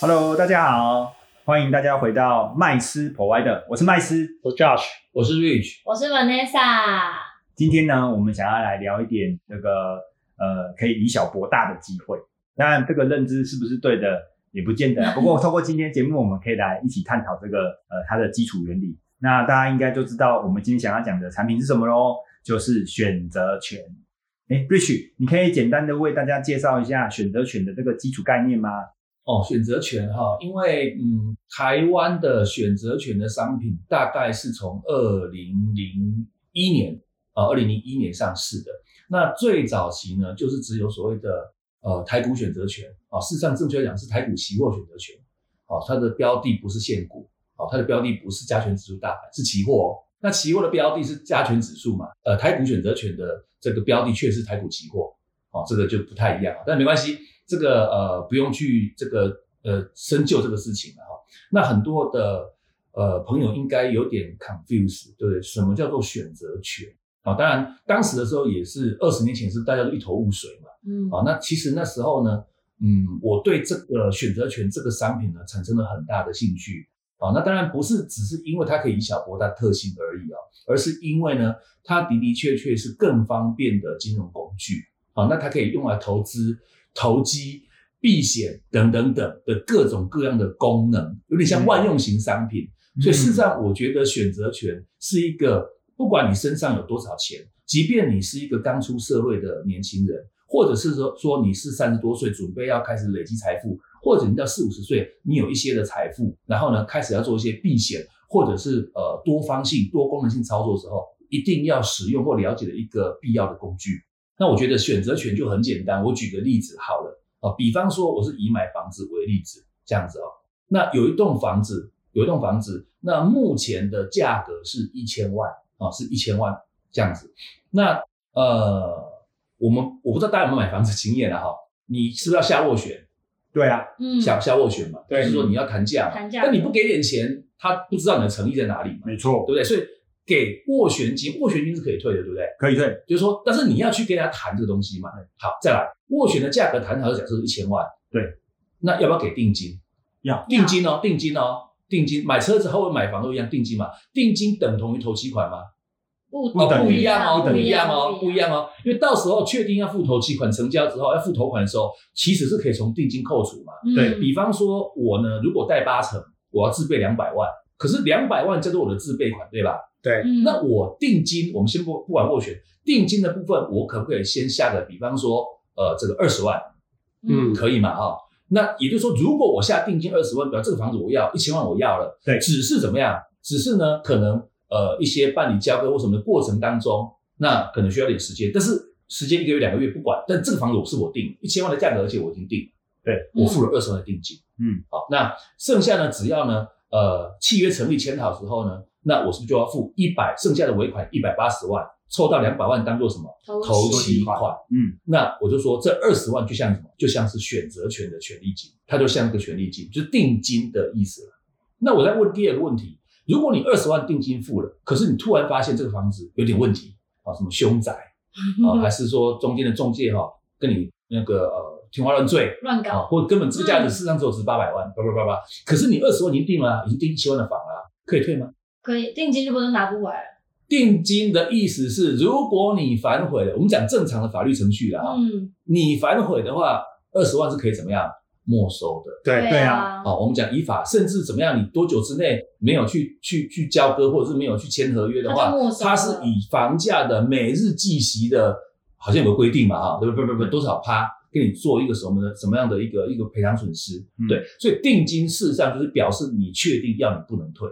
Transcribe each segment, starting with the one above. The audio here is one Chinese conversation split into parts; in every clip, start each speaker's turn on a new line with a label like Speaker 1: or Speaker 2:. Speaker 1: Hello，大家好，欢迎大家回到麦斯 Provider，我是麦斯。
Speaker 2: 我 Josh，
Speaker 3: 我是 Rich，
Speaker 4: 我是 Vanessa，
Speaker 1: 今天呢，我们想要来聊一点这个呃，可以以小博大的机会。当然，这个认知是不是对的，也不见 得啊。不过，透过今天节目，我们可以来一起探讨这个呃它的基础原理。那大家应该就知道我们今天想要讲的产品是什么喽，就是选择权。哎，Rich，你可以简单的为大家介绍一下选择权的这个基础概念吗？
Speaker 3: 哦，选择权哈，因为嗯，台湾的选择权的商品大概是从二零零一年啊，二零零一年上市的。那最早期呢，就是只有所谓的呃台股选择权啊，事实上正确来讲是台股期货选择权。哦，它的标的不是现股，哦，它的标的不是加权指数大盘，是期货哦。那期货的标的是加权指数嘛？呃，台股选择权的这个标的却是台股期货，哦，这个就不太一样啊，但没关系，这个呃不用去这个呃深究这个事情了哈、那很多的呃朋友应该有点 confuse，对不对？什么叫做选择权啊、当然，当时的时候也是二十年前是大家都一头雾水嘛。
Speaker 4: 嗯，
Speaker 3: 啊、那其实那时候呢，嗯，我对这个选择权这个商品呢产生了很大的兴趣。啊、那当然不是只是因为它可以以小博大特性而已哦，而是因为呢，它的的确确是更方便的金融工具。啊、那它可以用来投资、投机、避险等等等的各种各样的功能，有点像万用型商品。所以事实
Speaker 1: 嗯
Speaker 3: 上，我觉得选择权是一个，不管你身上有多少钱，即便你是一个刚出社会的年轻人，或者是说说你是三十多岁准备要开始累积财富，或者你到四五十岁你有一些的财富，然后呢开始要做一些避险或者是呃多方性、多功能性操作的时候，一定要使用或了解的一个必要的工具。那我觉得选择权就很简单，我举个例子好了啊、比方说我是以买房子为例子这样子哦，那有一栋房子，有一栋房子，那目前的价格是一千万啊、是一千万这样子。那呃，我们我不知道大家有没有买房子经验了、哈，你是不是要下斡旋？
Speaker 1: 对啊，
Speaker 4: 嗯，
Speaker 3: 下下斡旋嘛，
Speaker 2: 对
Speaker 3: 就是说你要谈价嘛，
Speaker 4: 谈价
Speaker 3: 但你不给点钱，他不知道你的诚意在哪里嘛，
Speaker 1: 没错
Speaker 3: 对，不对？所以给斡旋金，斡旋金是可以退的，对不对？
Speaker 1: 可以对，
Speaker 3: 就是说，但是你要去跟人家谈这个东西嘛。好，再来，斡旋的价格谈好，假设是一千万，
Speaker 1: 对，
Speaker 3: 那要不要给定金？
Speaker 1: 要
Speaker 3: 定金哦，定金哦，定金。买车子和买房都一样，定金嘛，定金等同于头期款吗？
Speaker 4: 不
Speaker 1: 不等于
Speaker 3: 不一样哦，
Speaker 1: 不
Speaker 3: 不
Speaker 1: 一
Speaker 3: 一样哦，不一，样哦，因为到时候确定要付头期款，成交之后要哎付头款的时候，其实是可以从定金扣除嘛。
Speaker 4: 嗯
Speaker 1: 对
Speaker 3: 比方说，我呢，如果贷八成，我要自备两百万，可是两百万叫做我的自备款，对吧？
Speaker 2: 对，
Speaker 4: 嗯
Speaker 3: 那我定金，我们先不不管斡旋，定金的部分，我可不可以先下个，比方说，呃，这个二十万，
Speaker 2: 嗯
Speaker 3: 可以嘛？哈、那也就是说，如果我下定金二十万，表示这个房子我要一千万，我要了，
Speaker 1: 对
Speaker 3: 只是怎么样？只是呢，可能呃一些办理交割或什么的过程当中，那可能需要点时间，但是时间一个月、两个月不管，但这个房子我是我定一千万的价格，而且我已经定了，
Speaker 1: 对
Speaker 3: 我付了二十万的定金，
Speaker 1: 嗯，
Speaker 3: 好，那剩下呢，只要呢，呃，契约成立签好之后呢，那我是不是就要付一百，剩下的尾款一百八十万，凑到两百万当做什么？
Speaker 4: 投
Speaker 3: 投
Speaker 4: 期
Speaker 3: 期
Speaker 1: 款
Speaker 3: 款。
Speaker 1: 嗯，
Speaker 3: 那我就说这二十万就像什么？就像是选择权的权利金，它就像一个权利金，就是定金的意思了。那我再问第二个问题：如果你二十万定金付了，可是你突然发现这个房子有点问题啊，什么凶宅
Speaker 4: 嗯
Speaker 3: 啊，还是说中间的中介哈、跟你那个呃天花乱坠，
Speaker 4: 乱
Speaker 3: 啊，
Speaker 4: 搞，
Speaker 3: 或者根本这个价值事实上只有值八百万，叭叭叭叭，可是你二十万已经定了啊、已经定一千万的房了啊、可以退吗？
Speaker 4: 可以定金就不能拿不完，
Speaker 3: 定金的意思是，如果你反悔了，我们讲正常的法律程序了啊、
Speaker 4: 嗯，
Speaker 3: 你反悔的话，二十万是可以怎么样没收的？
Speaker 2: 对，
Speaker 1: 对啊
Speaker 4: 啊，
Speaker 3: 好、我们讲依法，甚至怎么样，你多久之内没有去去去交割，或者是没有去签合约的
Speaker 4: 它
Speaker 3: 话
Speaker 4: 就没，收了
Speaker 3: 它是以房价的每日计息的，好像有个规定嘛，哈，对不对？不
Speaker 4: 嗯
Speaker 3: 不不，多少趴给你做一个什么的什么样的一个一个赔偿损失？
Speaker 1: 嗯
Speaker 3: 对，所以定金事实上就是表示你确定要你不能退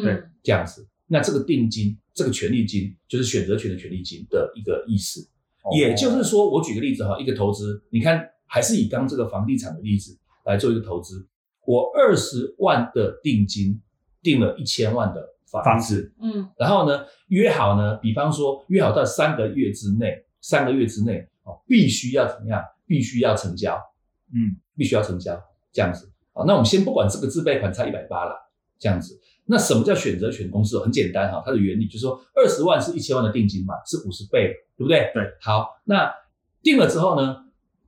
Speaker 1: 对
Speaker 4: 嗯，
Speaker 3: 这样子。那这个定金，这个权利金就是选择权的权利金的一个意思。也就是说，我举个例子哈，一个投资，你看还是以刚这个房地产的例子来做一个投资，我二十万的定金定了一千万的
Speaker 1: 房
Speaker 3: 房子，
Speaker 4: 嗯，
Speaker 3: 然后呢约好呢，比方说约好在三个月之内，三个月之内哦，必须要怎么样？必须要成交，
Speaker 1: 嗯，
Speaker 3: 必须要成交这样子啊。好那我们先不管这个自备款差一百八啦，这样子。那什么叫选择权公式？很简单哈，它的原理就是说，二十万是一千万的定金嘛，是五十倍，对不对？
Speaker 1: 对。
Speaker 3: 好，那定了之后呢，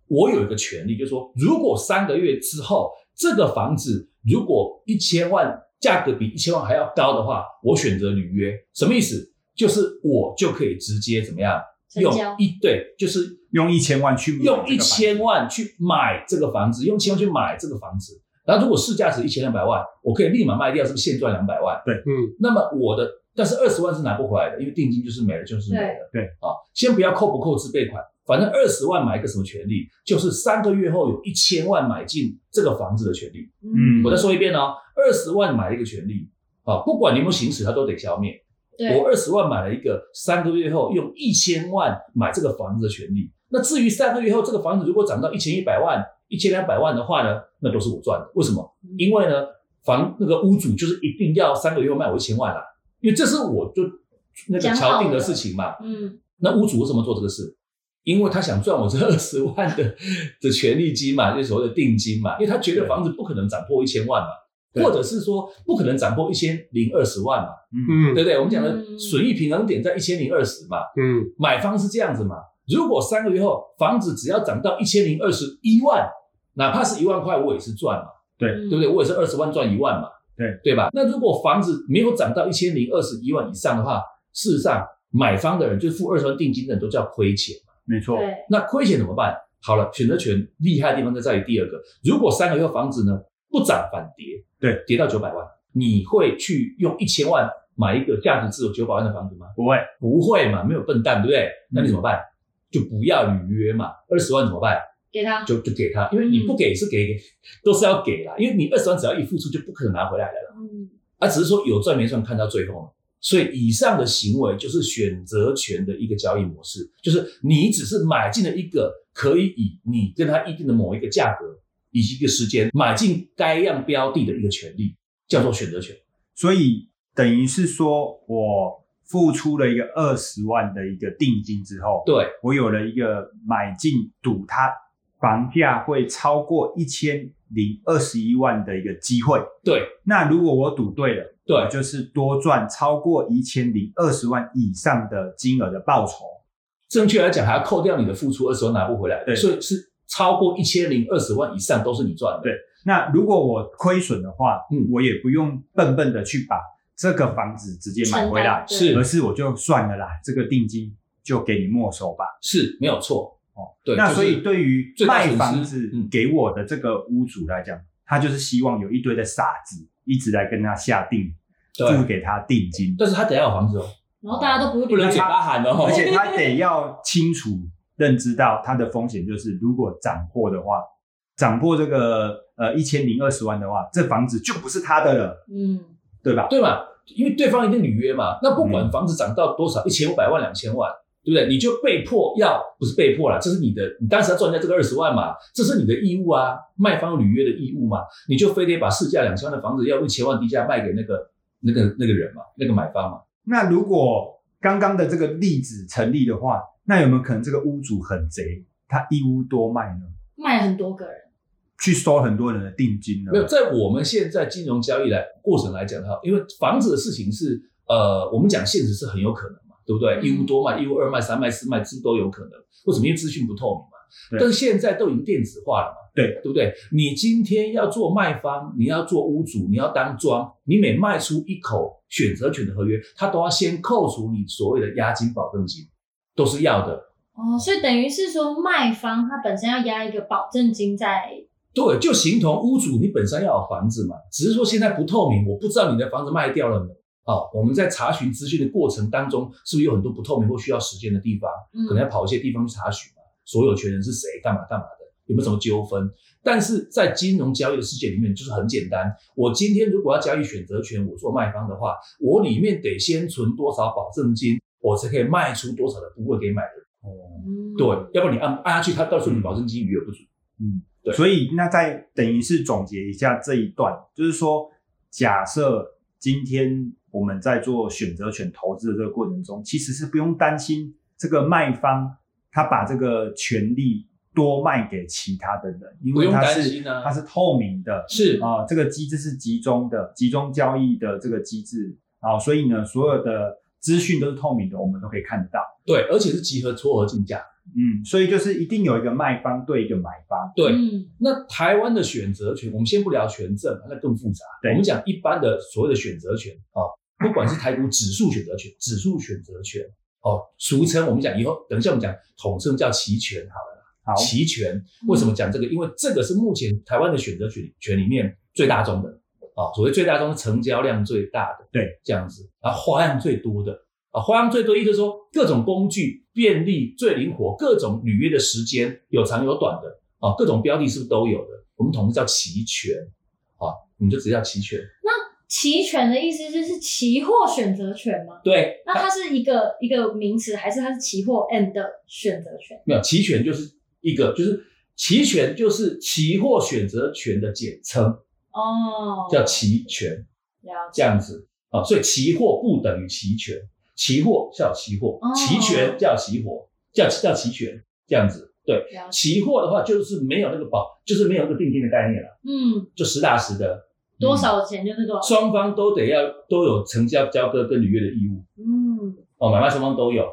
Speaker 3: 我有一个权利，就是说，如果三个月之后这个房子如果一千万价格比一千万还要高的话，我选择履约，什么意思？就是我就可以直接怎么样
Speaker 4: 成
Speaker 3: 用
Speaker 4: 交
Speaker 3: 一对，就是
Speaker 1: 用一千万去买
Speaker 3: 用
Speaker 1: 这
Speaker 3: 一
Speaker 1: 个房子
Speaker 3: 千万去买这个房子，用千万去买这个房子。然后如果市价值一千两百万，我可以立马卖掉，是不是现赚两百万？
Speaker 2: 嗯，
Speaker 3: 那么我的，但是二十万是拿不回来的，因为定金就是没了，就是没了。
Speaker 1: 对对
Speaker 3: 啊，先不要扣不扣自备款，反正二十万买一个什么权利，就是三个月后有一千万买进这个房子的权利。
Speaker 1: 嗯
Speaker 3: 我再说一遍哦，二十万买一个权利啊，不管你有没有行使，它都得消灭。
Speaker 4: 对
Speaker 3: 我二十万买了一个，三个月后用一千万买这个房子的权利。那至于三个月后这个房子如果涨到一千一百万、一千两百万的话呢，那都是我赚的。为什么？因为呢，房那个屋主就是一定要三个月后卖我一千万啦、因为这是我就那个
Speaker 4: 讲好
Speaker 3: 敲定的
Speaker 4: 的
Speaker 3: 事情嘛。
Speaker 4: 嗯，
Speaker 3: 那屋主为什么做这个事？因为他想赚我这二十万的的权利金嘛，就是所谓的定金嘛，因为他觉得
Speaker 1: 对
Speaker 3: 房子不可能涨破一千万嘛，
Speaker 1: 对
Speaker 3: 或者是说不可能涨破一千零二十万嘛，
Speaker 2: 嗯
Speaker 3: 对不对？我们讲的
Speaker 4: 嗯
Speaker 3: 损益平衡点在一千零二十嘛，
Speaker 2: 嗯
Speaker 3: 买方是这样子嘛，如果三个月后房子只要涨到一千零二十一万，哪怕是一万块，我也是赚嘛。
Speaker 4: 嗯
Speaker 3: 对不对？？我也是二十万赚一万嘛，
Speaker 1: 对
Speaker 3: 对吧？那如果房子没有涨到一千零二十一万以上的话，事实上买方的人就是付二十万定金的人都叫亏钱嘛。
Speaker 1: 没错，
Speaker 4: 对，
Speaker 3: 那亏钱怎么办？好了，选择权厉害的地方在在于第二个，如果三个月后房子呢不涨反跌，
Speaker 1: 对，
Speaker 3: 跌到九百万，你会去用一千万买一个价值只有九百万的房子吗？
Speaker 1: 不会，
Speaker 3: 不会嘛，没有笨蛋，对不对？那你怎么办？就不要履约嘛，二十万怎么办？
Speaker 4: 给他，
Speaker 3: 就就给他，因为你不给是给，都是要给啦，因为你二十万只要一付出就不可能拿回来的啦，
Speaker 4: 嗯，
Speaker 3: 啊，只是说有赚没赚看到最后嘛。所以以上的行为就是选择权的一个交易模式，就是你只是买进了一个可以以你跟他议定的某一个价格以及一个时间买进该样标的的一个权利，叫做选择权。
Speaker 1: 所以等于是说我付出了一个二十万的一个定金之后，
Speaker 3: 对
Speaker 1: 我有了一个买进赌它房价会超过一千零二十一万的一个机会。
Speaker 3: 对
Speaker 1: 那如果我赌对了，
Speaker 3: 对
Speaker 1: 我就是多赚超过一千零二十万以上的金额的报酬。
Speaker 3: 正确来讲还要扣掉你的付出，二十万拿不回来的，
Speaker 1: 对
Speaker 3: 所以是超过一千零二十万以上都是你赚的。
Speaker 1: 对那如果我亏损的话，
Speaker 3: 嗯
Speaker 1: 我也不用笨笨的去把这个房子直接买回来，
Speaker 4: 承担
Speaker 1: 而
Speaker 3: 是
Speaker 1: 是我就算了啦，这个定金就给你没收吧。
Speaker 3: 是没有错。
Speaker 1: 哦，
Speaker 3: 对，
Speaker 1: 那
Speaker 3: 就是
Speaker 1: 所以对于
Speaker 3: 最大
Speaker 1: 卖
Speaker 3: 损失
Speaker 1: 房子
Speaker 3: 嗯
Speaker 1: 给我的这个屋主来讲，他就是希望有一堆的傻子一直来跟他下定，付
Speaker 3: 对，
Speaker 1: 给他定金，
Speaker 3: 但是他得要有房子哦，
Speaker 4: 然后大家都不会
Speaker 3: 不能
Speaker 4: 理
Speaker 3: 嘴
Speaker 4: 他
Speaker 3: 巴喊哦，
Speaker 1: 而且他得要清楚认知到它的风险，就是如果涨破的话，涨破这个呃一千零二十万的话，这房子就不是他的了，
Speaker 4: 嗯，
Speaker 1: 对吧？
Speaker 3: 对嘛，因为对方一定履约嘛，那不管
Speaker 1: 嗯
Speaker 3: 房子涨到多少，一千五百万、两千万，对不对？你就被迫要不是被迫啦，这是你的，你当时要赚人家这个二十万嘛，这是你的义务啊，卖方履约的义务嘛，你就非得把市价两千万的房子要一千万低价卖给那个那个那个人嘛，那个买方嘛，
Speaker 1: 那如果刚刚的这个例子成立的话，那有没有可能这个屋主很贼，他一屋多卖呢？
Speaker 4: 卖很多个人，
Speaker 1: 去收很多人的定金呢？
Speaker 3: 没有，在我们现在金融交易来过程来讲的话，因为房子的事情是呃，我们讲现实是很有可能嘛，对不对？
Speaker 4: 嗯
Speaker 3: 一屋多卖、一屋二卖、三卖、四卖，这都有可能。为什么？因为资讯不透明嘛。
Speaker 1: 对
Speaker 3: 但是现在都已经电子化了嘛，
Speaker 1: 对
Speaker 3: 对不对？你今天要做卖方，你要做屋主，你要当庄，你每卖出一口选择权的合约，它都要先扣除你所谓的押金、保证金，都是要的。
Speaker 4: 哦，所以等于是说卖方他本身要压一个保证金在，
Speaker 3: 对，就形同屋主你本身要有房子嘛，只是说现在不透明，我不知道你的房子卖掉了没。哦，我们在查询资讯的过程当中，是不是有很多不透明或需要时间的地方？
Speaker 4: 嗯
Speaker 3: 可能要跑一些地方去查询嘛，所有权人是谁，干嘛干嘛的，有没有什么纠纷？但是在金融交易的世界里面，就是很简单。我今天如果要交易选择权，我做卖方的话，我里面得先存多少保证金，我才可以卖出多少的部位给买的人。哦，
Speaker 4: 嗯
Speaker 3: 对，要不然你按按下去，他到时候你保证金余额不足。对
Speaker 1: 所以那再等于是总结一下这一段，就是说，假设今天我们在做选择权投资的这个过程中，其实是不用担心这个卖方他把这个权利多卖给其他的人，因为
Speaker 3: 不用
Speaker 1: 它
Speaker 3: 担
Speaker 1: 是
Speaker 3: 心啊
Speaker 1: 它是透明的
Speaker 3: 是哦
Speaker 1: 啊、这个机制是集中的，集中交易的这个机制啊、所以呢，所有的资讯都是透明的，我们都可以看得到。
Speaker 3: 对，而且是集合撮合竞价。
Speaker 1: 嗯，所以就是一定有一个卖方对一个买方，
Speaker 3: 对，
Speaker 4: 嗯
Speaker 3: 那台湾的选择权，我们先不聊权证，那更复杂。
Speaker 1: 对
Speaker 3: 我们讲一般的所谓的选择权啊、哦，不管是台股指数选择权、指数选择权哦，俗称我们讲以后，等一下我们讲统称叫期权好了
Speaker 1: 好，
Speaker 3: 啦，
Speaker 1: 嗯
Speaker 3: 期权为什么讲这个？因为这个是目前台湾的选择权权里面最大宗的啊、哦，所谓最大宗是成交量最大的，
Speaker 1: 对，
Speaker 3: 这样子啊，花样最多的啊，花样最多，意思是说各种工具便利最灵活，各种履约的时间有长有短的啊，各种标的是不是都有的？我们统称叫期权啊，我们就只叫期权。
Speaker 4: 期权的意思就是期货选择权吗？
Speaker 3: 对，
Speaker 4: 那它是一个一个名词，还是它是期货 and 的选择权？
Speaker 3: 没有期权就是一个就是期权就是期货选择权的简称，
Speaker 4: 哦，
Speaker 3: 叫期权。
Speaker 4: 了
Speaker 3: 这
Speaker 4: 解，
Speaker 3: 样子啊、所以期货不等于期权，期货叫期货
Speaker 4: 哦，
Speaker 3: 期权叫期货，叫叫期权这样子。对，
Speaker 4: 了解，
Speaker 3: 期货的话就是没有那个保，就是没有那个定金的概念了，
Speaker 4: 嗯，
Speaker 3: 就实打实的
Speaker 4: 多、
Speaker 3: 嗯
Speaker 4: 少钱就是多少，
Speaker 3: 双方都得要都有成交、交割跟履约的义务
Speaker 4: 嗯，
Speaker 3: 哦，买卖双方都有。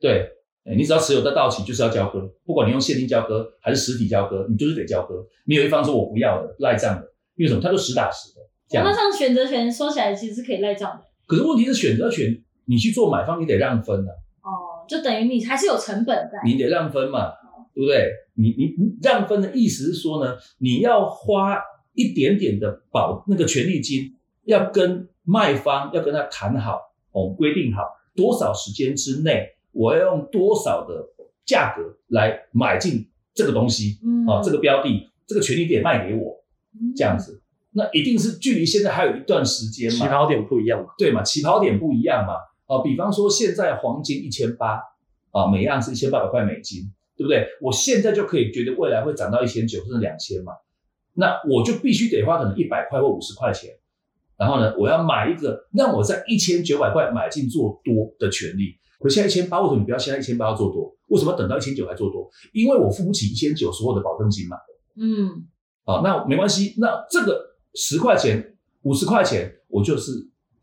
Speaker 3: 对。哎你只要持有到到期就是要交割，不管你用现金交割还是实体交割，你就是得交割，没有一方说我不要的赖账的，因为什么？它都实打实的这样子
Speaker 4: 那。像选择权说起来其实是可以赖账的，
Speaker 3: 可是问题是选择权，你去做买方，你得让分啊，
Speaker 4: 哦，就等于你还是有成本在，
Speaker 3: 你得让分嘛，对不对？你你你让分的意思是说呢，你要花一点点的保那个权利金，要跟卖方要跟他谈好，我们规定好多少时间之内，我要用多少的价格来买进这个东西
Speaker 4: 嗯，
Speaker 3: 啊，这个标的，这个权利点卖给我这样子。那一定是距离现在还有一段时间
Speaker 2: 起
Speaker 3: 嘛，
Speaker 2: 跑点不一样嘛，
Speaker 3: 对嘛，起跑点不一样嘛。啊，比方说现在黄金一千八啊，每盎司一千八百块美金，对不对？我现在就可以觉得未来会涨到一千九甚至两千嘛，那我就必须得花可能一百块或五十块钱，然后呢，我要买一个让我在一千九百块买进做多的权利。可现在一千八，为什么不要现在一千八要做多？为什么要等到一千九才做多？因为我付不起一千九所有的保证金嘛。
Speaker 4: 嗯，
Speaker 3: 啊，那没关系，那这个十块钱、五十块钱，我就是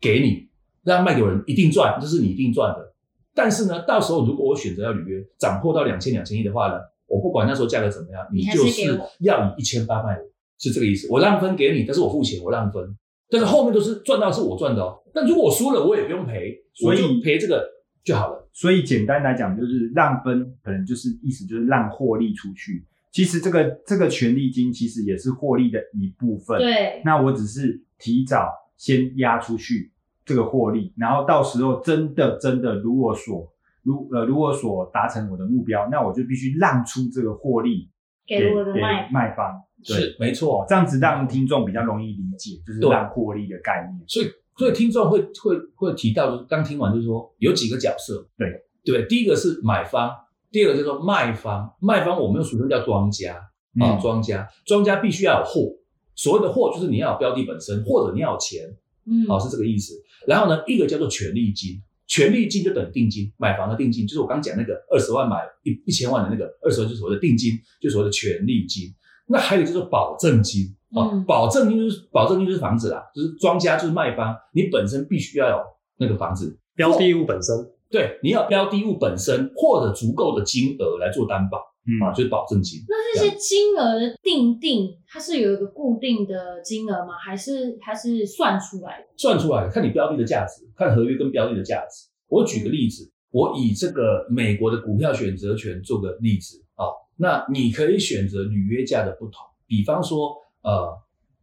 Speaker 3: 给你，让卖给人一定赚，这是你一定赚的。但是呢，到时候如果我选择要履约，涨破到两千、两千一的话呢，我不管那时候价格怎么样，
Speaker 4: 你还是
Speaker 3: 就
Speaker 4: 给
Speaker 3: 是
Speaker 4: 我
Speaker 3: 要以一千八卖我，是这个意思。我让分给你，但是我付钱，我让分，但是后面都是赚到是我赚的哦。但如果我输了，我也不用赔，
Speaker 1: 所以
Speaker 3: 我就赔这个就好了。
Speaker 1: 所以简单来讲，就是让分可能就是意思就是让获利出去。其实这个这个权利金其实也是获利的一部分。，
Speaker 4: 对，
Speaker 1: 那我只是提早先压出去这个获利，然后到时候真的真的如我所如呃如我所达成我的目标，那我就必须让出这个获利
Speaker 4: 给我的
Speaker 1: 给
Speaker 4: 卖，
Speaker 1: 卖方。对
Speaker 3: 是没错
Speaker 1: 哦，，这样子让听众比较容易理解，就是
Speaker 3: 对
Speaker 1: 让获利的概念。
Speaker 3: 所以所以听众会会会提到，就是刚听完就是说有几个角色，
Speaker 1: 对
Speaker 3: 对，第一个是买方，第二个叫做卖方，卖方我们又俗称叫庄家啊、
Speaker 1: 嗯
Speaker 3: 庄家，庄家必须要有货，所谓的货就是你要有标的本身，或者你要有钱，
Speaker 4: 嗯，
Speaker 3: 哦，是这个意思。然后呢，一个叫做权利金，权利金就等于定金，买房的定金，就是我刚讲那个二十万买一一千万的那个二十万，就是所谓的定金，就所谓的权利金。那还有就是保证金哦，
Speaker 4: 嗯
Speaker 3: 保证金就是保证金就是房子啦，就是庄家就是卖方，你本身必须要有那个房子，
Speaker 2: 标的物本身
Speaker 3: 对，你要有标的物本身或者足够的金额来做担保啊，
Speaker 1: 嗯，
Speaker 3: 就是保证金。
Speaker 4: 那这些金额的定定，它是有一个固定的金额吗？还是还是算出来的？
Speaker 3: 算出来，看你标的的价值，看合约跟标的的价值。我举个例子，我以这个美国的股票选择权做个例子啊、那你可以选择履约价的不同，比方说，呃，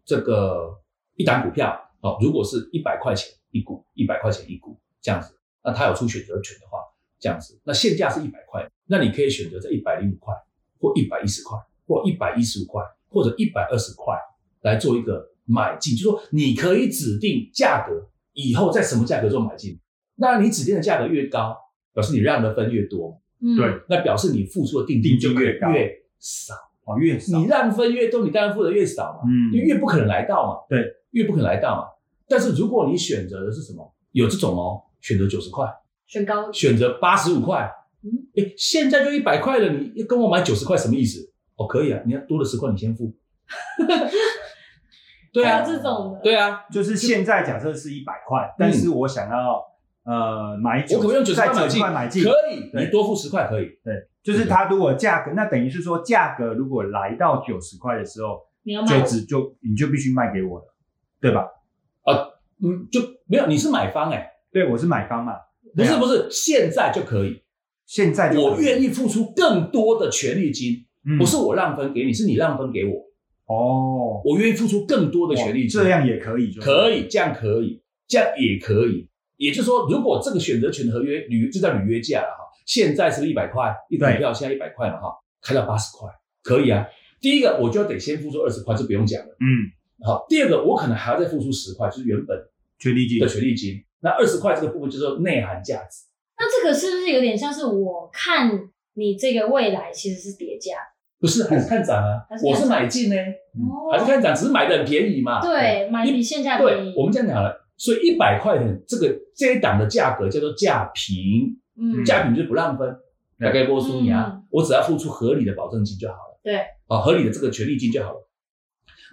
Speaker 3: 这个一档股票哦，如果是一百块钱一股，一百块钱一股这样子，那它有出选择权的话，这样子，那现价是一百块，那你可以选择在一百零五块，或一百一十块，或一百一十五块，或者一百二十块来做一个买进，就说你可以指定价格，以后在什么价格做买进。那你指定的价格越高，表示你让的分越多，
Speaker 4: 嗯，
Speaker 1: 对，
Speaker 3: 那表示你付出的定金
Speaker 1: 定
Speaker 3: 就
Speaker 1: 金
Speaker 3: 可以
Speaker 1: 越高
Speaker 3: 越少。
Speaker 1: 哦，越少
Speaker 3: 你，让分越多，你当然付的越少嘛，
Speaker 1: 嗯
Speaker 3: 就越不可能来到嘛，
Speaker 1: 对，
Speaker 3: 越不可能来到嘛。但是如果你选择的是什么，有这种哦，选择九十块，
Speaker 4: 选高
Speaker 3: 选择八十五块，
Speaker 4: 嗯
Speaker 3: 哎、现在就一百块了，你跟我买九十块什么意思？哦，可以啊，你要多了十块，你 先付。 对
Speaker 4: 还
Speaker 3: 啊
Speaker 4: 有，这种的，
Speaker 3: 对啊，
Speaker 1: 就是现在假设是一百块，但是我想要呃买
Speaker 3: 嗯我
Speaker 1: 九，
Speaker 3: 可不可以用九十
Speaker 1: 在
Speaker 3: 块买
Speaker 1: 90
Speaker 3: 进？
Speaker 1: 块买进
Speaker 3: 可，以，
Speaker 1: 对
Speaker 3: 你多付十块可以。
Speaker 1: 对，就是它如果价格，那等于是说价格如果来到九十块的时候，
Speaker 4: 你要
Speaker 1: 就
Speaker 4: 买，
Speaker 1: 只就你就必须卖给我了，对吧？
Speaker 3: 嗯，就没有，你是买方哎、
Speaker 1: 对，我是买方嘛，
Speaker 3: 不
Speaker 1: 对
Speaker 3: 是
Speaker 1: 啊
Speaker 3: 不是，现在就可以，
Speaker 1: 现在就
Speaker 3: 我
Speaker 1: 可以
Speaker 3: 愿意付出更多的权利金，
Speaker 1: 嗯
Speaker 3: 不是我让分给你，是你让分给我，
Speaker 1: 哦，
Speaker 3: 我愿意付出更多的权利金，
Speaker 1: 这样也可以，就是
Speaker 3: 可以，这样可以，这样也可以。也就是说，如果这个选择权合约履就叫履约价了哈，现在是不是一百块？一股
Speaker 1: 对
Speaker 3: 票现在一百块嘛哈，开到八十块，可以啊。第一个我就得先付出二十块，这不用讲了。
Speaker 1: 嗯，
Speaker 3: 好，第二个我可能还要再付出十块，就是原本
Speaker 1: 权利金
Speaker 3: 的权利金。那二十块这个部分就是说内涵价值。
Speaker 4: 那这个是不是有点像是我看你这个未来其实是叠加？
Speaker 3: 不是，还是看涨啊
Speaker 4: 还！是看涨
Speaker 3: 我是买进呢、
Speaker 1: 嗯
Speaker 4: 哦
Speaker 3: 还是看涨，只是买的很便宜嘛。哎
Speaker 4: 对，买比现价便
Speaker 3: 对
Speaker 4: 宜，。
Speaker 3: 我们这样讲了，所以一百块钱这个这一档的价格叫做价平，
Speaker 4: 嗯，
Speaker 3: 价平就是不让分，
Speaker 1: 对
Speaker 3: 大概波苏尼亚
Speaker 4: 嗯，
Speaker 3: 啊我只要付出合理的保证金就好了，
Speaker 4: 对，
Speaker 3: 啊，合理的这个权利金就好了。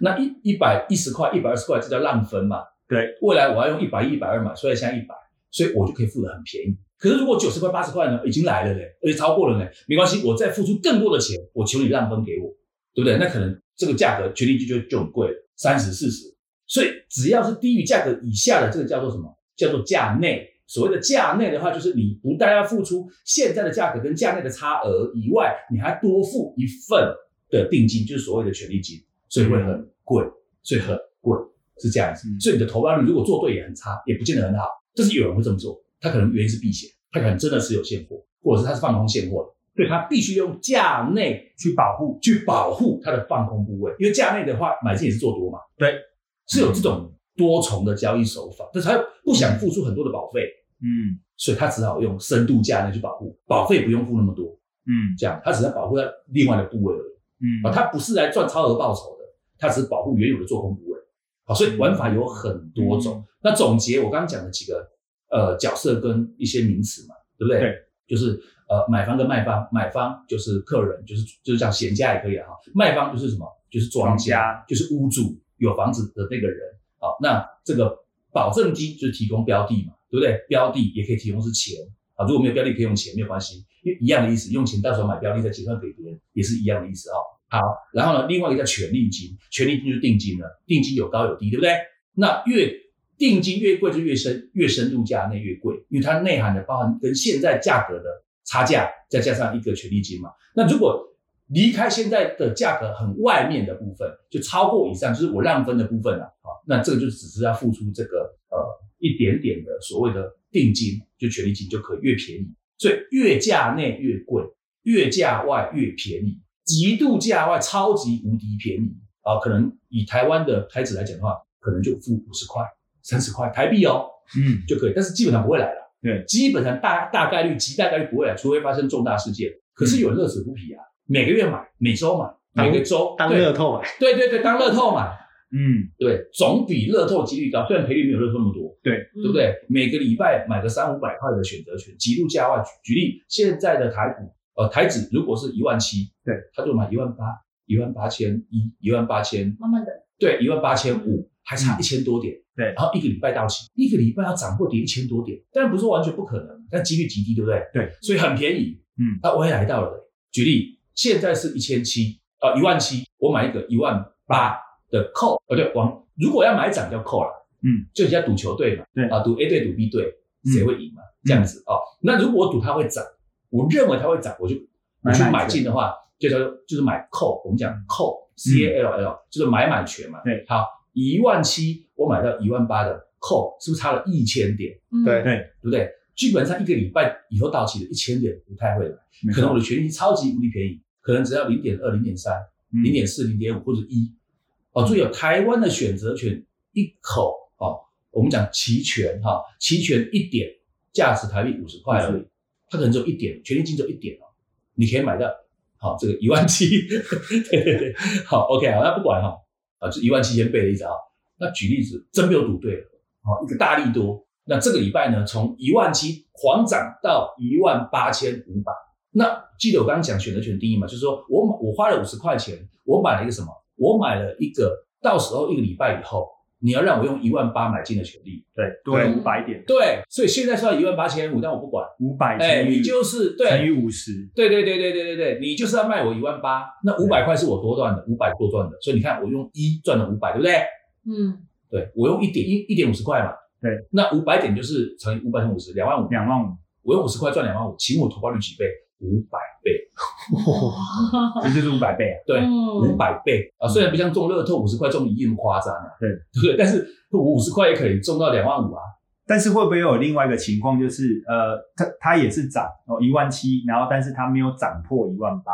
Speaker 3: 那一一百一十块、一百二十块，这叫让分嘛？
Speaker 1: 对，
Speaker 3: 未来我要用一百一、一百二嘛，所以现在一百，所以我就可以付的很便宜。可是如果九十块、八十块呢，已经来了嘞，而且超过了呢，没关系，我再付出更多的钱，我求你让分给我，对不对？那可能这个价格权利金就就很贵了，三十、四十。所以只要是低于价格以下的，这个叫做什么？叫做价内。所谓的价内的话，就是你不但要付出现在的价格跟价内的差额以外，你还多付一份的定金，就是所谓的权利金，所以会很贵，所以很贵是这样子
Speaker 1: 嗯。
Speaker 3: 所以你的投报率如果做对也很差，也不见得很好。但是有人会这么做，他可能原因是避险，他可能真的是有现货，或者是他是放空现货的，所以他必须用价内
Speaker 1: 去保护，
Speaker 3: 去保护它的放空部位，因为价内的话买进也是做多嘛，
Speaker 1: 对，
Speaker 3: 是有这种多重的交易手法，但是他不想付出很多的保费，
Speaker 1: 嗯
Speaker 3: 所以他只好用深度价内去保护，保费不用付那么多，
Speaker 1: 嗯
Speaker 3: 这样他只是保护他另外的部位而已，
Speaker 1: 嗯，
Speaker 3: 啊，他不是来赚超额报酬的，他只是保护原有的做空部位，好，所以玩法有很多种。那总结我刚刚讲的几个呃角色跟一些名词嘛，对不对？
Speaker 1: 对，
Speaker 3: 就是呃买方跟卖方，买方就是客人，就是就是叫闲家也可以啊哈，卖方就是什么？就是庄
Speaker 1: 庄
Speaker 3: 家，就是屋主有房子的那个人。好，那这个保证金就是提供标的嘛，对不对？标的也可以提供是钱啊，如果没有标的可以用钱，没有关系，因为一样的意思，用钱到时候买标的再结算给别人也是一样的意思哦。好，然后呢，另外一个叫权利金，权利金就是定金了，定金有高有低，对不对？那越定金越贵就越深，越深入价内越贵，因为它内涵的包含跟现在价格的差价，再加上一个权利金嘛。那如果离开现在的价格很外面的部分，就超过以上，就是我让分的部分了啊，那这个就只是要付出这个呃一点点的所谓的定金，就权利金就可以越便宜，所以越价内越贵，越价外越便宜，极度价外超级无敌便宜啊！可能以台湾的开始来讲的话，可能就付五十块、三十块台币哦
Speaker 1: 嗯
Speaker 3: 就可以，但是基本上不会来了。
Speaker 1: 对
Speaker 3: 基本上大大概率、极大概率不会来，除非发生重大事件。可是有人乐此不疲啊，每个月买，每周买，
Speaker 2: 当
Speaker 3: 每个周
Speaker 2: 当
Speaker 3: 对
Speaker 2: 乐透买，
Speaker 3: 对对对，当乐透买，
Speaker 1: 嗯
Speaker 3: 对，总比乐透几率高，虽然赔率没有乐透那么多，对
Speaker 4: 嗯
Speaker 3: 不？对？每个礼拜买个三五百块的选择权，极度价外。举举例，现在的台股，呃，台指如果是一万七，
Speaker 1: 对，
Speaker 3: 他就买一万八、一万八千一、一万八千，
Speaker 4: 慢慢的，
Speaker 3: 对，一万八千五，还差一千多点，
Speaker 1: 嗯对
Speaker 3: 然后一个礼拜到期，一个礼拜要涨或跌一千多点，当然不是说完全不可能，但几率极低，对不对？
Speaker 1: 对，
Speaker 3: 所以很便宜，
Speaker 1: 嗯
Speaker 3: 那我也来到了。举例，现在是一千七，呃，一万七，我买一个一万八的扣，呃，对，往如果要买涨叫扣啦，
Speaker 1: 嗯，
Speaker 3: 就人家赌球队嘛，
Speaker 1: 对嗯
Speaker 3: 啊，赌 A 队赌 B 队，谁会赢嘛？这样子哦。那如果我赌它会涨，我认为它会涨，我就我
Speaker 1: 买
Speaker 3: 去
Speaker 1: 买
Speaker 3: 买
Speaker 1: 权
Speaker 3: 进的话，就叫做就是买扣，我们讲扣 C A L L，就是买买权嘛。
Speaker 1: 嗯对，
Speaker 3: 好，一万七我买到一万八的扣，是不是差了一千点？
Speaker 4: 嗯
Speaker 2: 对
Speaker 3: 对不对？基本上一个礼拜以后到期的一千点不太会来，
Speaker 1: 没
Speaker 3: 可能
Speaker 1: 错
Speaker 3: 我的权益超级无敌便宜，可能只要零点二、零点三、
Speaker 1: 嗯
Speaker 3: 零点四、零点五或者一。哦，注意哦，台湾的选择权一口哦，我们讲期权哈、期权一点价值台币五十块而已，它可能只有一点，权利金只有一点哦，你可以买到好、这个一万七，对对对，好 OK 好，那不管哈、啊，就一万七千倍的意思啊。那举例子，真被我赌对了，啊，一个大力多。那这个礼拜呢，从一万七狂涨到一万八千五百。那记得我刚刚讲选择权定义嘛，就是说我买我花了五十块钱，我买了一个什么？我买了一个，到时候一个礼拜以后，你要让我用一万八买进的权利。
Speaker 1: 对，多了
Speaker 4: 对
Speaker 1: 五百点，
Speaker 3: 对，所以现在是要一万八千五，但我不管，
Speaker 1: 五百
Speaker 3: 哎，
Speaker 1: 乘以
Speaker 3: 你就是
Speaker 1: 乘以
Speaker 3: 对。
Speaker 1: 五十，
Speaker 3: 对对对对对对对，你就是要卖我一万八，那五百块是我多赚的，五百多赚的，所以你看我用一赚了五百，对不对？
Speaker 4: 嗯，
Speaker 3: 对我用一点一一点五十块嘛，
Speaker 1: 对，
Speaker 3: 那五百点就是乘以五百乘五十，两万五，
Speaker 1: 两万五，
Speaker 3: 我用五十块赚两万五，请我投报率几倍？五百倍，哦
Speaker 1: 这就是五百倍啊。
Speaker 3: 对，五
Speaker 4: 嗯，
Speaker 3: 百倍啊！虽然不像中乐透五十块中一亿那么夸张啊，
Speaker 1: 对
Speaker 3: 对不对？但是我五十块也可以中到两万五啊，
Speaker 1: 但是会不会有另外一个情况，就是呃，它它也是涨哦一万七，然后但是它没有涨破一万八，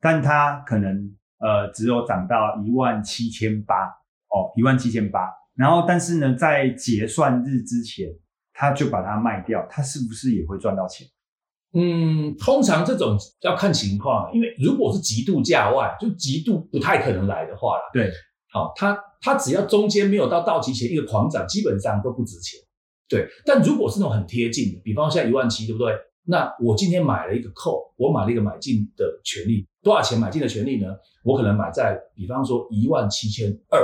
Speaker 1: 但它可能呃只有涨到一万七千八哦一万七千八，然后但是呢在结算日之前，他就把它卖掉，他是不是也会赚到钱？
Speaker 3: 嗯，通常这种要看情况，因为如果是极度价外，就极度不太可能来的话啦，
Speaker 1: 对，
Speaker 3: 好、它它只要中间没有到到期前一个狂涨，基本上都不值钱。对，但如果是那种很贴近的，比方现在一万七，对不对？那我今天买了一个扣，我买了一个买进的权利，多少钱买进的权利呢？我可能买在比方说一万七千二，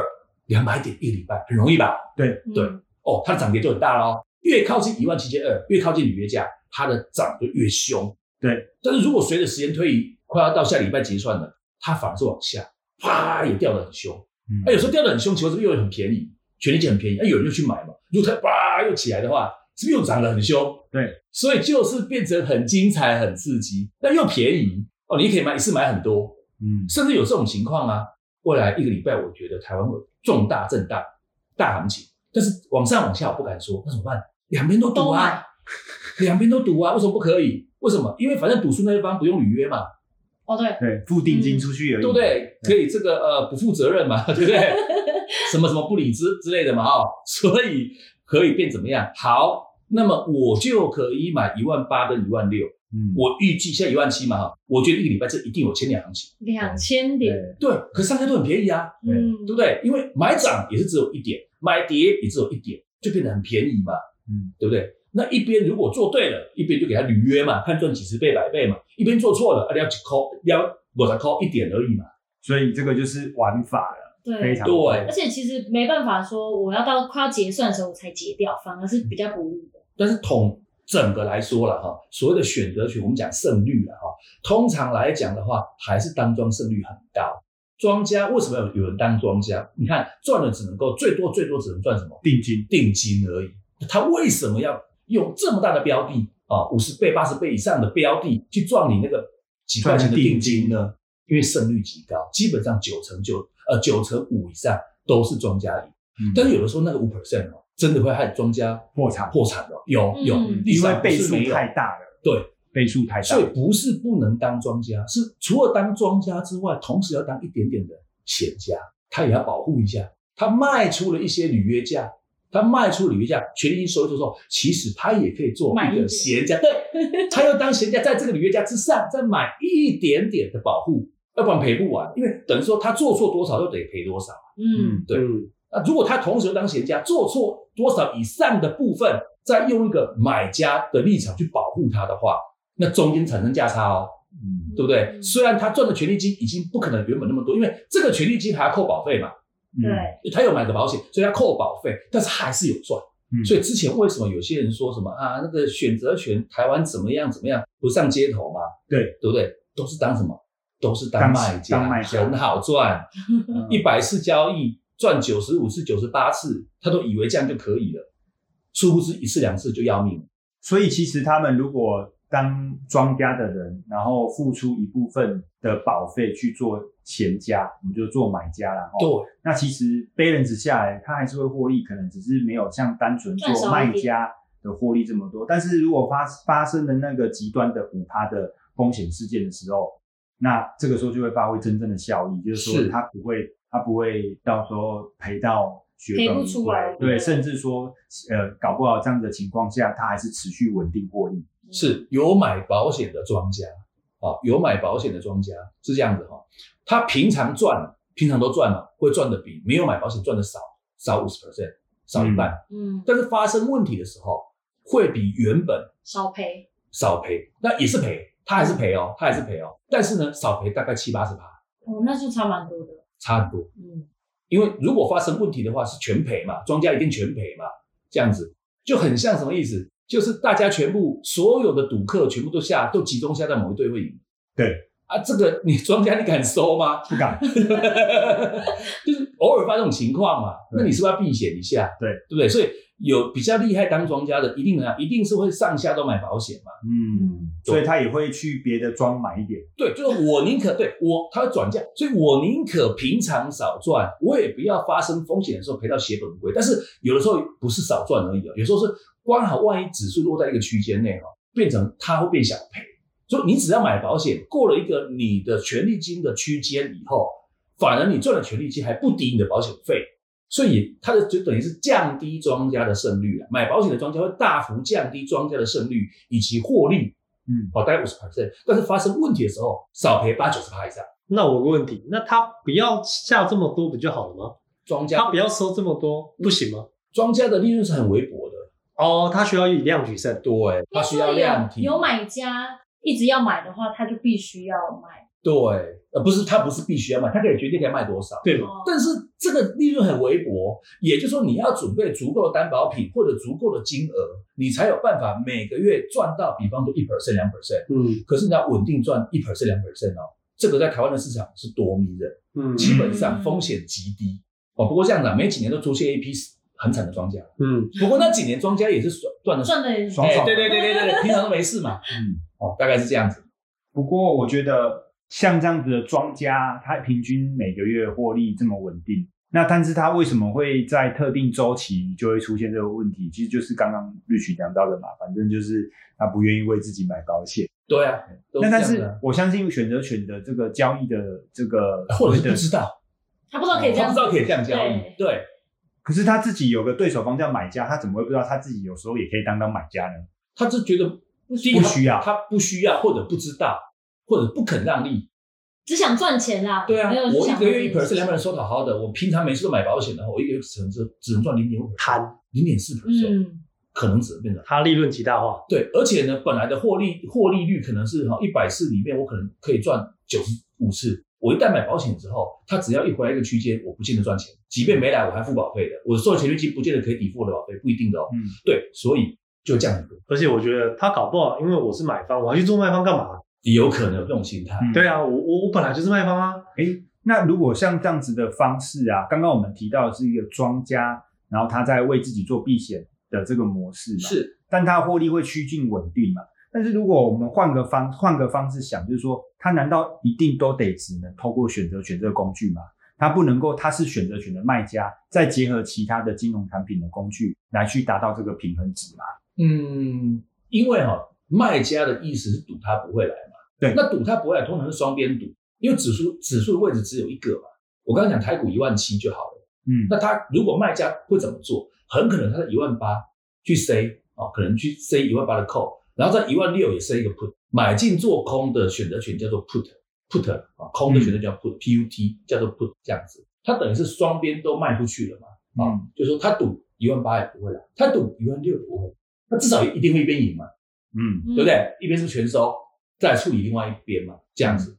Speaker 3: 两百点一个礼拜，很容易吧？对
Speaker 4: 嗯
Speaker 3: 哦，它的涨跌就很大喽。越靠近一万七千二，越靠近履约价，它的涨就越凶。
Speaker 1: 对，
Speaker 3: 但是如果随着时间推移，快要到下礼拜结算了，它反而是往下，啪也掉得很凶。
Speaker 1: 嗯
Speaker 3: 哎、有时候掉得很凶，球是不是又很便宜？权利金很便宜，哎、有人就去买嘛。如果它啪又起来的话，是不是又涨得很凶？
Speaker 1: 对，
Speaker 3: 所以就是变成很精彩、很刺激，但又便宜哦。你可以买一次买很多，
Speaker 1: 嗯，
Speaker 3: 甚至有这种情况啊。未来一个礼拜，我觉得台湾会有重大震荡、大行情，但是往上往下我不敢说，那怎么办？两边都赌
Speaker 4: 都
Speaker 3: 啊
Speaker 4: 买，
Speaker 3: 两边都赌啊，为什么不可以？为什么？因为反正赌输那一方不用履约嘛，
Speaker 4: 哦对，
Speaker 1: 对，付定金出去而已，
Speaker 3: 嗯对不？对？可以这个呃不负责任嘛， 对不对？什么什么不理之之类的嘛哦，所以可以变怎么样？好，那么我就可以买一万八跟一万六，
Speaker 1: 嗯，
Speaker 3: 我预计现在一万七嘛哈，我觉得一个礼拜这一定有千两行情，
Speaker 4: 两千
Speaker 1: 对
Speaker 4: 点，
Speaker 3: 对，可是上下都很便宜啊，
Speaker 1: 对
Speaker 4: 嗯，
Speaker 3: 对不对？因为买涨也是只有一点，买跌也只有一点，就变得很便宜嘛，
Speaker 1: 嗯，
Speaker 3: 对不对？那一边如果做对了，一边就给他履约嘛，看赚几十倍、百倍嘛；一边做错了，啊，要几扣，要我才扣一点而已嘛。
Speaker 1: 所以这个就是玩法了，非
Speaker 4: 对。
Speaker 1: 常
Speaker 3: 嗯对
Speaker 4: 而且其实没办法说，我要到快要结算的时候我才结掉，反而是比较不利的。
Speaker 3: 但是统整个来说了哈，所谓的选择权，我们讲胜率了哈，通常来讲的话，还是当庄胜率很高。庄家为什么有有人当庄家？你看赚了只能够最多最多只能赚什么？
Speaker 1: 定金，
Speaker 3: 定金而已。他为什么要用这么大的标的啊，五十倍、八十倍以上的标的去赚你那个几块钱的定金呢？因为胜率极高，基本上九成九呃九成五以上都是庄家赢。
Speaker 1: 嗯
Speaker 3: 但是有的时候那个五 percent 哦，真的会害庄家
Speaker 1: 破产，
Speaker 3: 破产的，有有
Speaker 4: 嗯，
Speaker 3: 历
Speaker 1: 因
Speaker 3: 史
Speaker 1: 为
Speaker 3: 上不
Speaker 1: 倍
Speaker 3: 是
Speaker 1: 数
Speaker 3: 没有
Speaker 1: 太大了，
Speaker 3: 对，
Speaker 1: 倍数太大
Speaker 3: 所以
Speaker 1: 了，
Speaker 3: 不是不能当庄家，是除了当庄家之外，同时要当一点点的闲家，他也要保护一下。他卖出了一些履约价，他卖出履约价，权利金收益的时候，其实他也可以做
Speaker 4: 买一
Speaker 3: 一个
Speaker 4: 点
Speaker 3: 闲家，对，他要当闲家，在这个履约价之上再买一点点的保护，要不然赔不完，因为等于说他做错多少就得赔多少。
Speaker 4: 嗯，
Speaker 3: 对那如果他同时又当闲家，做错多少以上的部分，再用一个买家的立场去保护他的话，那中间产生价差哦。
Speaker 1: 嗯
Speaker 3: 对不对？
Speaker 4: 嗯
Speaker 3: 虽然他赚的权利金已经不可能原本那么多，因为这个权利金还要扣保费嘛，
Speaker 1: 嗯
Speaker 4: 对，
Speaker 3: 他有买的保险，所以他扣保费，但是还是有赚。
Speaker 1: 嗯
Speaker 3: 所以之前为什么有些人说什么啊，那个选择权台湾怎么样怎么样，不上街头嘛？
Speaker 1: 对，
Speaker 3: 对不对？都是当什么？都是当
Speaker 1: 当
Speaker 3: 卖家，
Speaker 1: 当卖家
Speaker 3: 很好赚，
Speaker 1: 嗯
Speaker 3: 一百次交易赚九十五次、九十八次，他都以为这样就可以了，殊不知一次两次就要命了。
Speaker 1: 所以其实他们如果当庄家的人，然后付出一部分的保费去做闲家，我们就做买家啦。哦，
Speaker 3: 对。
Speaker 1: 那其实 balance 下来，他还是会获利，可能只是没有像单纯
Speaker 4: 赚少
Speaker 1: 做
Speaker 4: 一
Speaker 1: 卖
Speaker 4: 点
Speaker 1: 家的获利这么多。但是如果发发生了那个极端的五趴的风险事件的时候，那这个时候就会发挥真正的效益，就是
Speaker 3: 是
Speaker 1: 说他不会他不会到时候赔到血
Speaker 4: 赔
Speaker 1: 本
Speaker 4: 不
Speaker 1: 无
Speaker 4: 出
Speaker 1: 归
Speaker 4: 来
Speaker 1: 对，
Speaker 4: 对
Speaker 1: 甚至说呃搞不好这样子的情况下，他还是持续稳定获利。
Speaker 3: 是有买保险的庄家啊，有买保险的庄家是这样子哈、他平常赚，平常都赚了，会赚的比没有买保险赚的少，少五十 percent，少一半、
Speaker 4: 嗯，
Speaker 3: 但是发生问题的时候，会比原本
Speaker 4: 少赔，
Speaker 3: 少赔，那也是赔，他还是赔哦，他还是赔哦，但是呢，少赔大概七八十趴，
Speaker 4: 哦，那就差蛮多的，
Speaker 3: 差很多。
Speaker 4: 嗯，
Speaker 3: 因为如果发生问题的话是全赔嘛，庄家一定全赔嘛，这样子就很像什么意思？就是大家全部所有的赌客全部都下都集中下在某一队会赢。
Speaker 1: 对
Speaker 3: 啊，这个你庄家你敢收吗？
Speaker 1: 不敢。嗯
Speaker 3: 就是偶尔发生这种情况嘛，
Speaker 1: 对
Speaker 3: 那你是不是要避险一下？
Speaker 1: 对，
Speaker 3: 对不对？所以有比较厉害当庄家的，一定呢，一定是会上下都买保险嘛。
Speaker 1: 嗯，所以他也会去别的庄买一点。
Speaker 3: 对，就是我宁可对我，他会转嫁，所以我宁可平常少赚，我也不要发生风险的时候赔到血本无归。但是有的时候不是少赚而已哦，有时候是刚好万一指数落在一个区间内哦，变成它会变小赔。所以你只要买保险，过了一个你的权利金的区间以后，反而你赚了权利金还不抵你的保险费，所以它的就等于是降低庄家的胜率了。买保险的庄家会大幅降低庄家的胜率以及获利。
Speaker 1: 嗯，
Speaker 3: 哦，大概五十 percent，但是发生问题的时候少赔八九十趴以上，
Speaker 2: 那我有个问题，那他不要下这么多不就好了吗？
Speaker 3: 庄家
Speaker 2: 他不要收这么多，不行吗？
Speaker 3: 庄家的利润是很微薄的，
Speaker 2: 哦，他需要以量取胜。
Speaker 3: 对，它需要量体，
Speaker 4: 有有买家一直要买的话，他就必须要买。
Speaker 3: 对，呃，不是，它不是必须要卖，它可以决定可以卖多少，
Speaker 2: 对
Speaker 4: 哦
Speaker 3: 但是这个利润很微薄，也就是说你要准备足够的担保品或者足够的金额，你才有办法每个月赚到，比方说一 percent 两 percent，
Speaker 2: 嗯
Speaker 3: 可是你要稳定赚一 percent 两 percent 哦，这个在台湾的市场是多迷人。
Speaker 2: 嗯
Speaker 3: 基本上风险极低哦。不过这样子啊，每几年都出现一批很惨的庄家。
Speaker 2: 嗯，
Speaker 3: 不过那几年庄家也是赚了，
Speaker 4: 赚的人
Speaker 1: 爽爽
Speaker 3: 哎对对对对对，对平常都没事嘛。
Speaker 1: 嗯，
Speaker 3: 哦，大概是这样子。
Speaker 1: 不过我觉得像这样子的庄家，他平均每个月获利这么稳定，那但是他为什么会在特定周期就会出现这个问题？其实就是刚刚绿曲讲到的嘛，反正就是他不愿意为自己买保险。
Speaker 3: 对啊，都
Speaker 1: 那
Speaker 3: 这
Speaker 1: 但
Speaker 3: 样子
Speaker 1: 是
Speaker 3: 啊，
Speaker 1: 我相信选择权的这个交易的这个
Speaker 3: 或
Speaker 1: 所
Speaker 3: 者是
Speaker 1: 谓
Speaker 3: 不
Speaker 1: 的
Speaker 3: 知道，
Speaker 4: 他不知道可以这
Speaker 3: 他
Speaker 4: 样
Speaker 3: 不
Speaker 4: 子，
Speaker 3: 知道可以这样交易
Speaker 4: 对。
Speaker 3: 对
Speaker 1: 可是他自己有个对手方叫买家，他怎么会不知道他自己有时候也可以当当买家呢？
Speaker 3: 他就觉得第一
Speaker 1: 不需要
Speaker 3: 他他不需要或者不知道。或者不肯让利，
Speaker 4: 只想赚钱啦。
Speaker 3: 对啊，
Speaker 4: 没有
Speaker 3: 我一
Speaker 4: 想
Speaker 3: 个月一
Speaker 4: 过这
Speaker 3: percent
Speaker 4: 件事
Speaker 3: 两 percent 收讨好的，我平常每次都买保险的话，我一个月只能只只能赚零点五
Speaker 2: 贪，
Speaker 3: 零点四 percent，
Speaker 4: 嗯，
Speaker 3: 可能只能变成
Speaker 2: 他利润极大化。
Speaker 3: 对，而且呢，本来的获利获利率可能是哈一百次里面，我可能可以赚九十五次。我一旦买保险之后，它只要一回来一个区间，我不见得赚钱。即便没来，我还付保费的。我收的钱利金不见得可以抵付我的保费，不一定的哦。
Speaker 1: 嗯，
Speaker 3: 对，所以就降很多，
Speaker 2: 而且我觉得他搞不好，因为我是买方，我还去做卖方干嘛？
Speaker 3: 也有可能有这种心态。
Speaker 1: 嗯
Speaker 2: 对啊，我我我本来就是卖方啊。
Speaker 1: 诶，那如果像这样子的方式啊，刚刚我们提到的是一个庄家，然后他在为自己做避险的这个模式嘛，，
Speaker 3: 是，
Speaker 1: 但他的获利会趋近稳定嘛。但是如果我们换个方换个方式想，就是说，他难道一定都得只能透过选择权这个工具吗？他不能够，他是选择权的卖家，再结合其他的金融产品的工具来去达到这个平衡值嘛？
Speaker 3: 嗯，因为哈、卖家的意思是赌他不会来嘛。
Speaker 1: 对
Speaker 3: 那赌他不会来，通常是双边赌，因为指数指数的位置只有一个嘛。我刚刚讲台股一万七就好了。
Speaker 1: 嗯，
Speaker 3: 那他如果卖家会怎么做？很可能他在一万八去塞哦，可能去塞一万八的 call，然后在一万六也塞一个 put，买进做空的选择权叫做 put，put 啊、空的选择权叫 put，put、叫做 put 这样子，他等于是双边都卖出去了嘛，啊、
Speaker 1: 嗯
Speaker 3: 就说他赌一万八也不会来，他赌一万六也不会来，他至少一定会一边赢嘛，
Speaker 1: 嗯，
Speaker 4: 嗯
Speaker 3: 对不？对？一边是全收，再来处理另外一边嘛，这样子。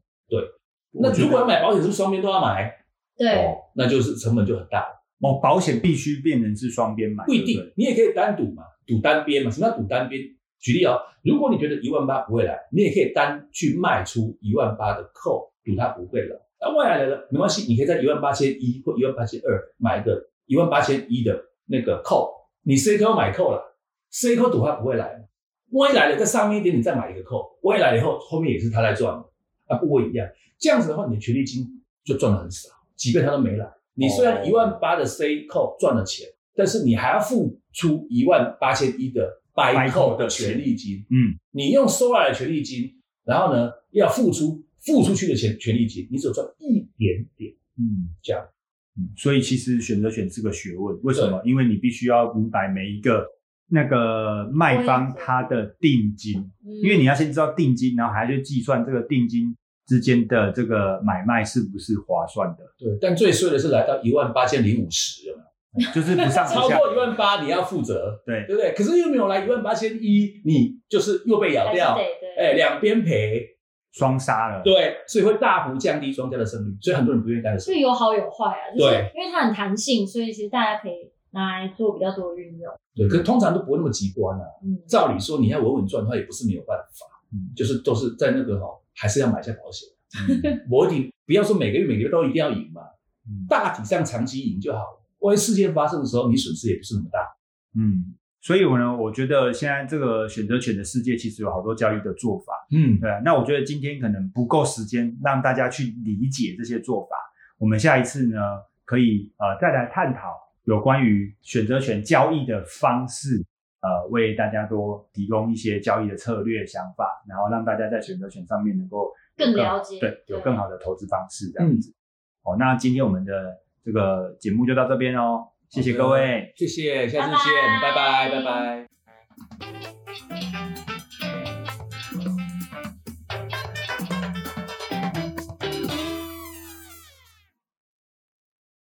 Speaker 1: 嗯
Speaker 3: 那
Speaker 1: 我觉得
Speaker 3: 如果要买保险，是不是双边都要买？
Speaker 4: 对，
Speaker 3: 哦，那就是成本就很大了。
Speaker 1: 哦，保险必须变成是双边买，
Speaker 3: 不一
Speaker 1: 对
Speaker 3: 定
Speaker 1: 对，
Speaker 3: 你也可以单赌嘛，赌单边嘛。什么叫赌单边？举例哦，如果你觉得一万八不会来，你也可以单去卖出一万八的扣，赌它不会来。那未来来了没关系，你可以在一万八千一或一万八千二买一个一万八千一的那个扣，你 C 扣买扣了，C 扣赌它不会来嘛。万一来了，在上面一点你再买一个扣，万一来了以后，后面也是他来赚的，啊，不过一样。这样子的话，你的权利金就赚的很少，即便他都没来。你虽然
Speaker 1: 哦
Speaker 3: 一万八的 C 扣赚了钱，但是你还要付出一万八千一的 buy
Speaker 1: buy call
Speaker 3: 扣的
Speaker 1: 的钱
Speaker 3: 权利金。
Speaker 1: 嗯，
Speaker 3: 你用收来的权利金，然后呢要付出付出去的钱权利金，你只有赚一点点，
Speaker 1: 嗯，
Speaker 3: 这样
Speaker 1: 嗯，所以其实选择权是个学问，为什么？因为你必须要明白每一个那个卖方他的定金，因
Speaker 4: 因
Speaker 1: 为你要先知道定金，然后还要去计算这个定金之间的这个买卖是不是划算的，
Speaker 3: 对。但最衰的是来到一万八千零五十，
Speaker 1: 就是不上
Speaker 3: 超
Speaker 1: 不下。
Speaker 3: 过一万八你要负责，
Speaker 1: 对，
Speaker 3: 对不对？可是又没有来一万八千一，你就是又被咬
Speaker 4: 哎还是
Speaker 3: 掉，哎
Speaker 4: 得对，
Speaker 3: 哎，两边赔，
Speaker 1: 双杀了，
Speaker 3: 对，所以会大幅降低庄家的胜率，所以很多人不愿意待在
Speaker 4: 就
Speaker 3: 生
Speaker 4: 有好有坏啊，就是
Speaker 3: 对
Speaker 4: 因为它很弹性，所以其实大家可以拿来做比较多的运用。
Speaker 3: 对，可是通常都不会那么极端啊。
Speaker 4: 嗯，
Speaker 3: 照理说你要稳稳赚的话，也不是没有办法，
Speaker 1: 嗯
Speaker 3: 就是都是在那个哈、还是要买一下保险。
Speaker 1: 嗯
Speaker 3: 我一定不要说每个月每个月都一定要赢嘛，
Speaker 1: 嗯
Speaker 3: 大体上长期赢就好了。万一事件发生的时候，你损失也不是那么大。
Speaker 1: 嗯，所以我呢，我觉得现在这个选择权的世界其实有好多交易的做法。
Speaker 3: 嗯，
Speaker 1: 对，啊那我觉得今天可能不够时间让大家去理解这些做法。我们下一次呢，可以呃再来探讨有关于选择权交易的方式，呃，为大家多提供一些交易的策略想法，然后让大家在选择权上面能够有
Speaker 4: 更了解
Speaker 1: 对，有
Speaker 4: 对嗯
Speaker 1: 更好的投资方式这样子。哦，那今天我们的这个节目就到这边哦，谢谢各位。
Speaker 3: 谢谢，下次
Speaker 4: 拜拜
Speaker 3: 见，拜拜，拜拜。
Speaker 4: 拜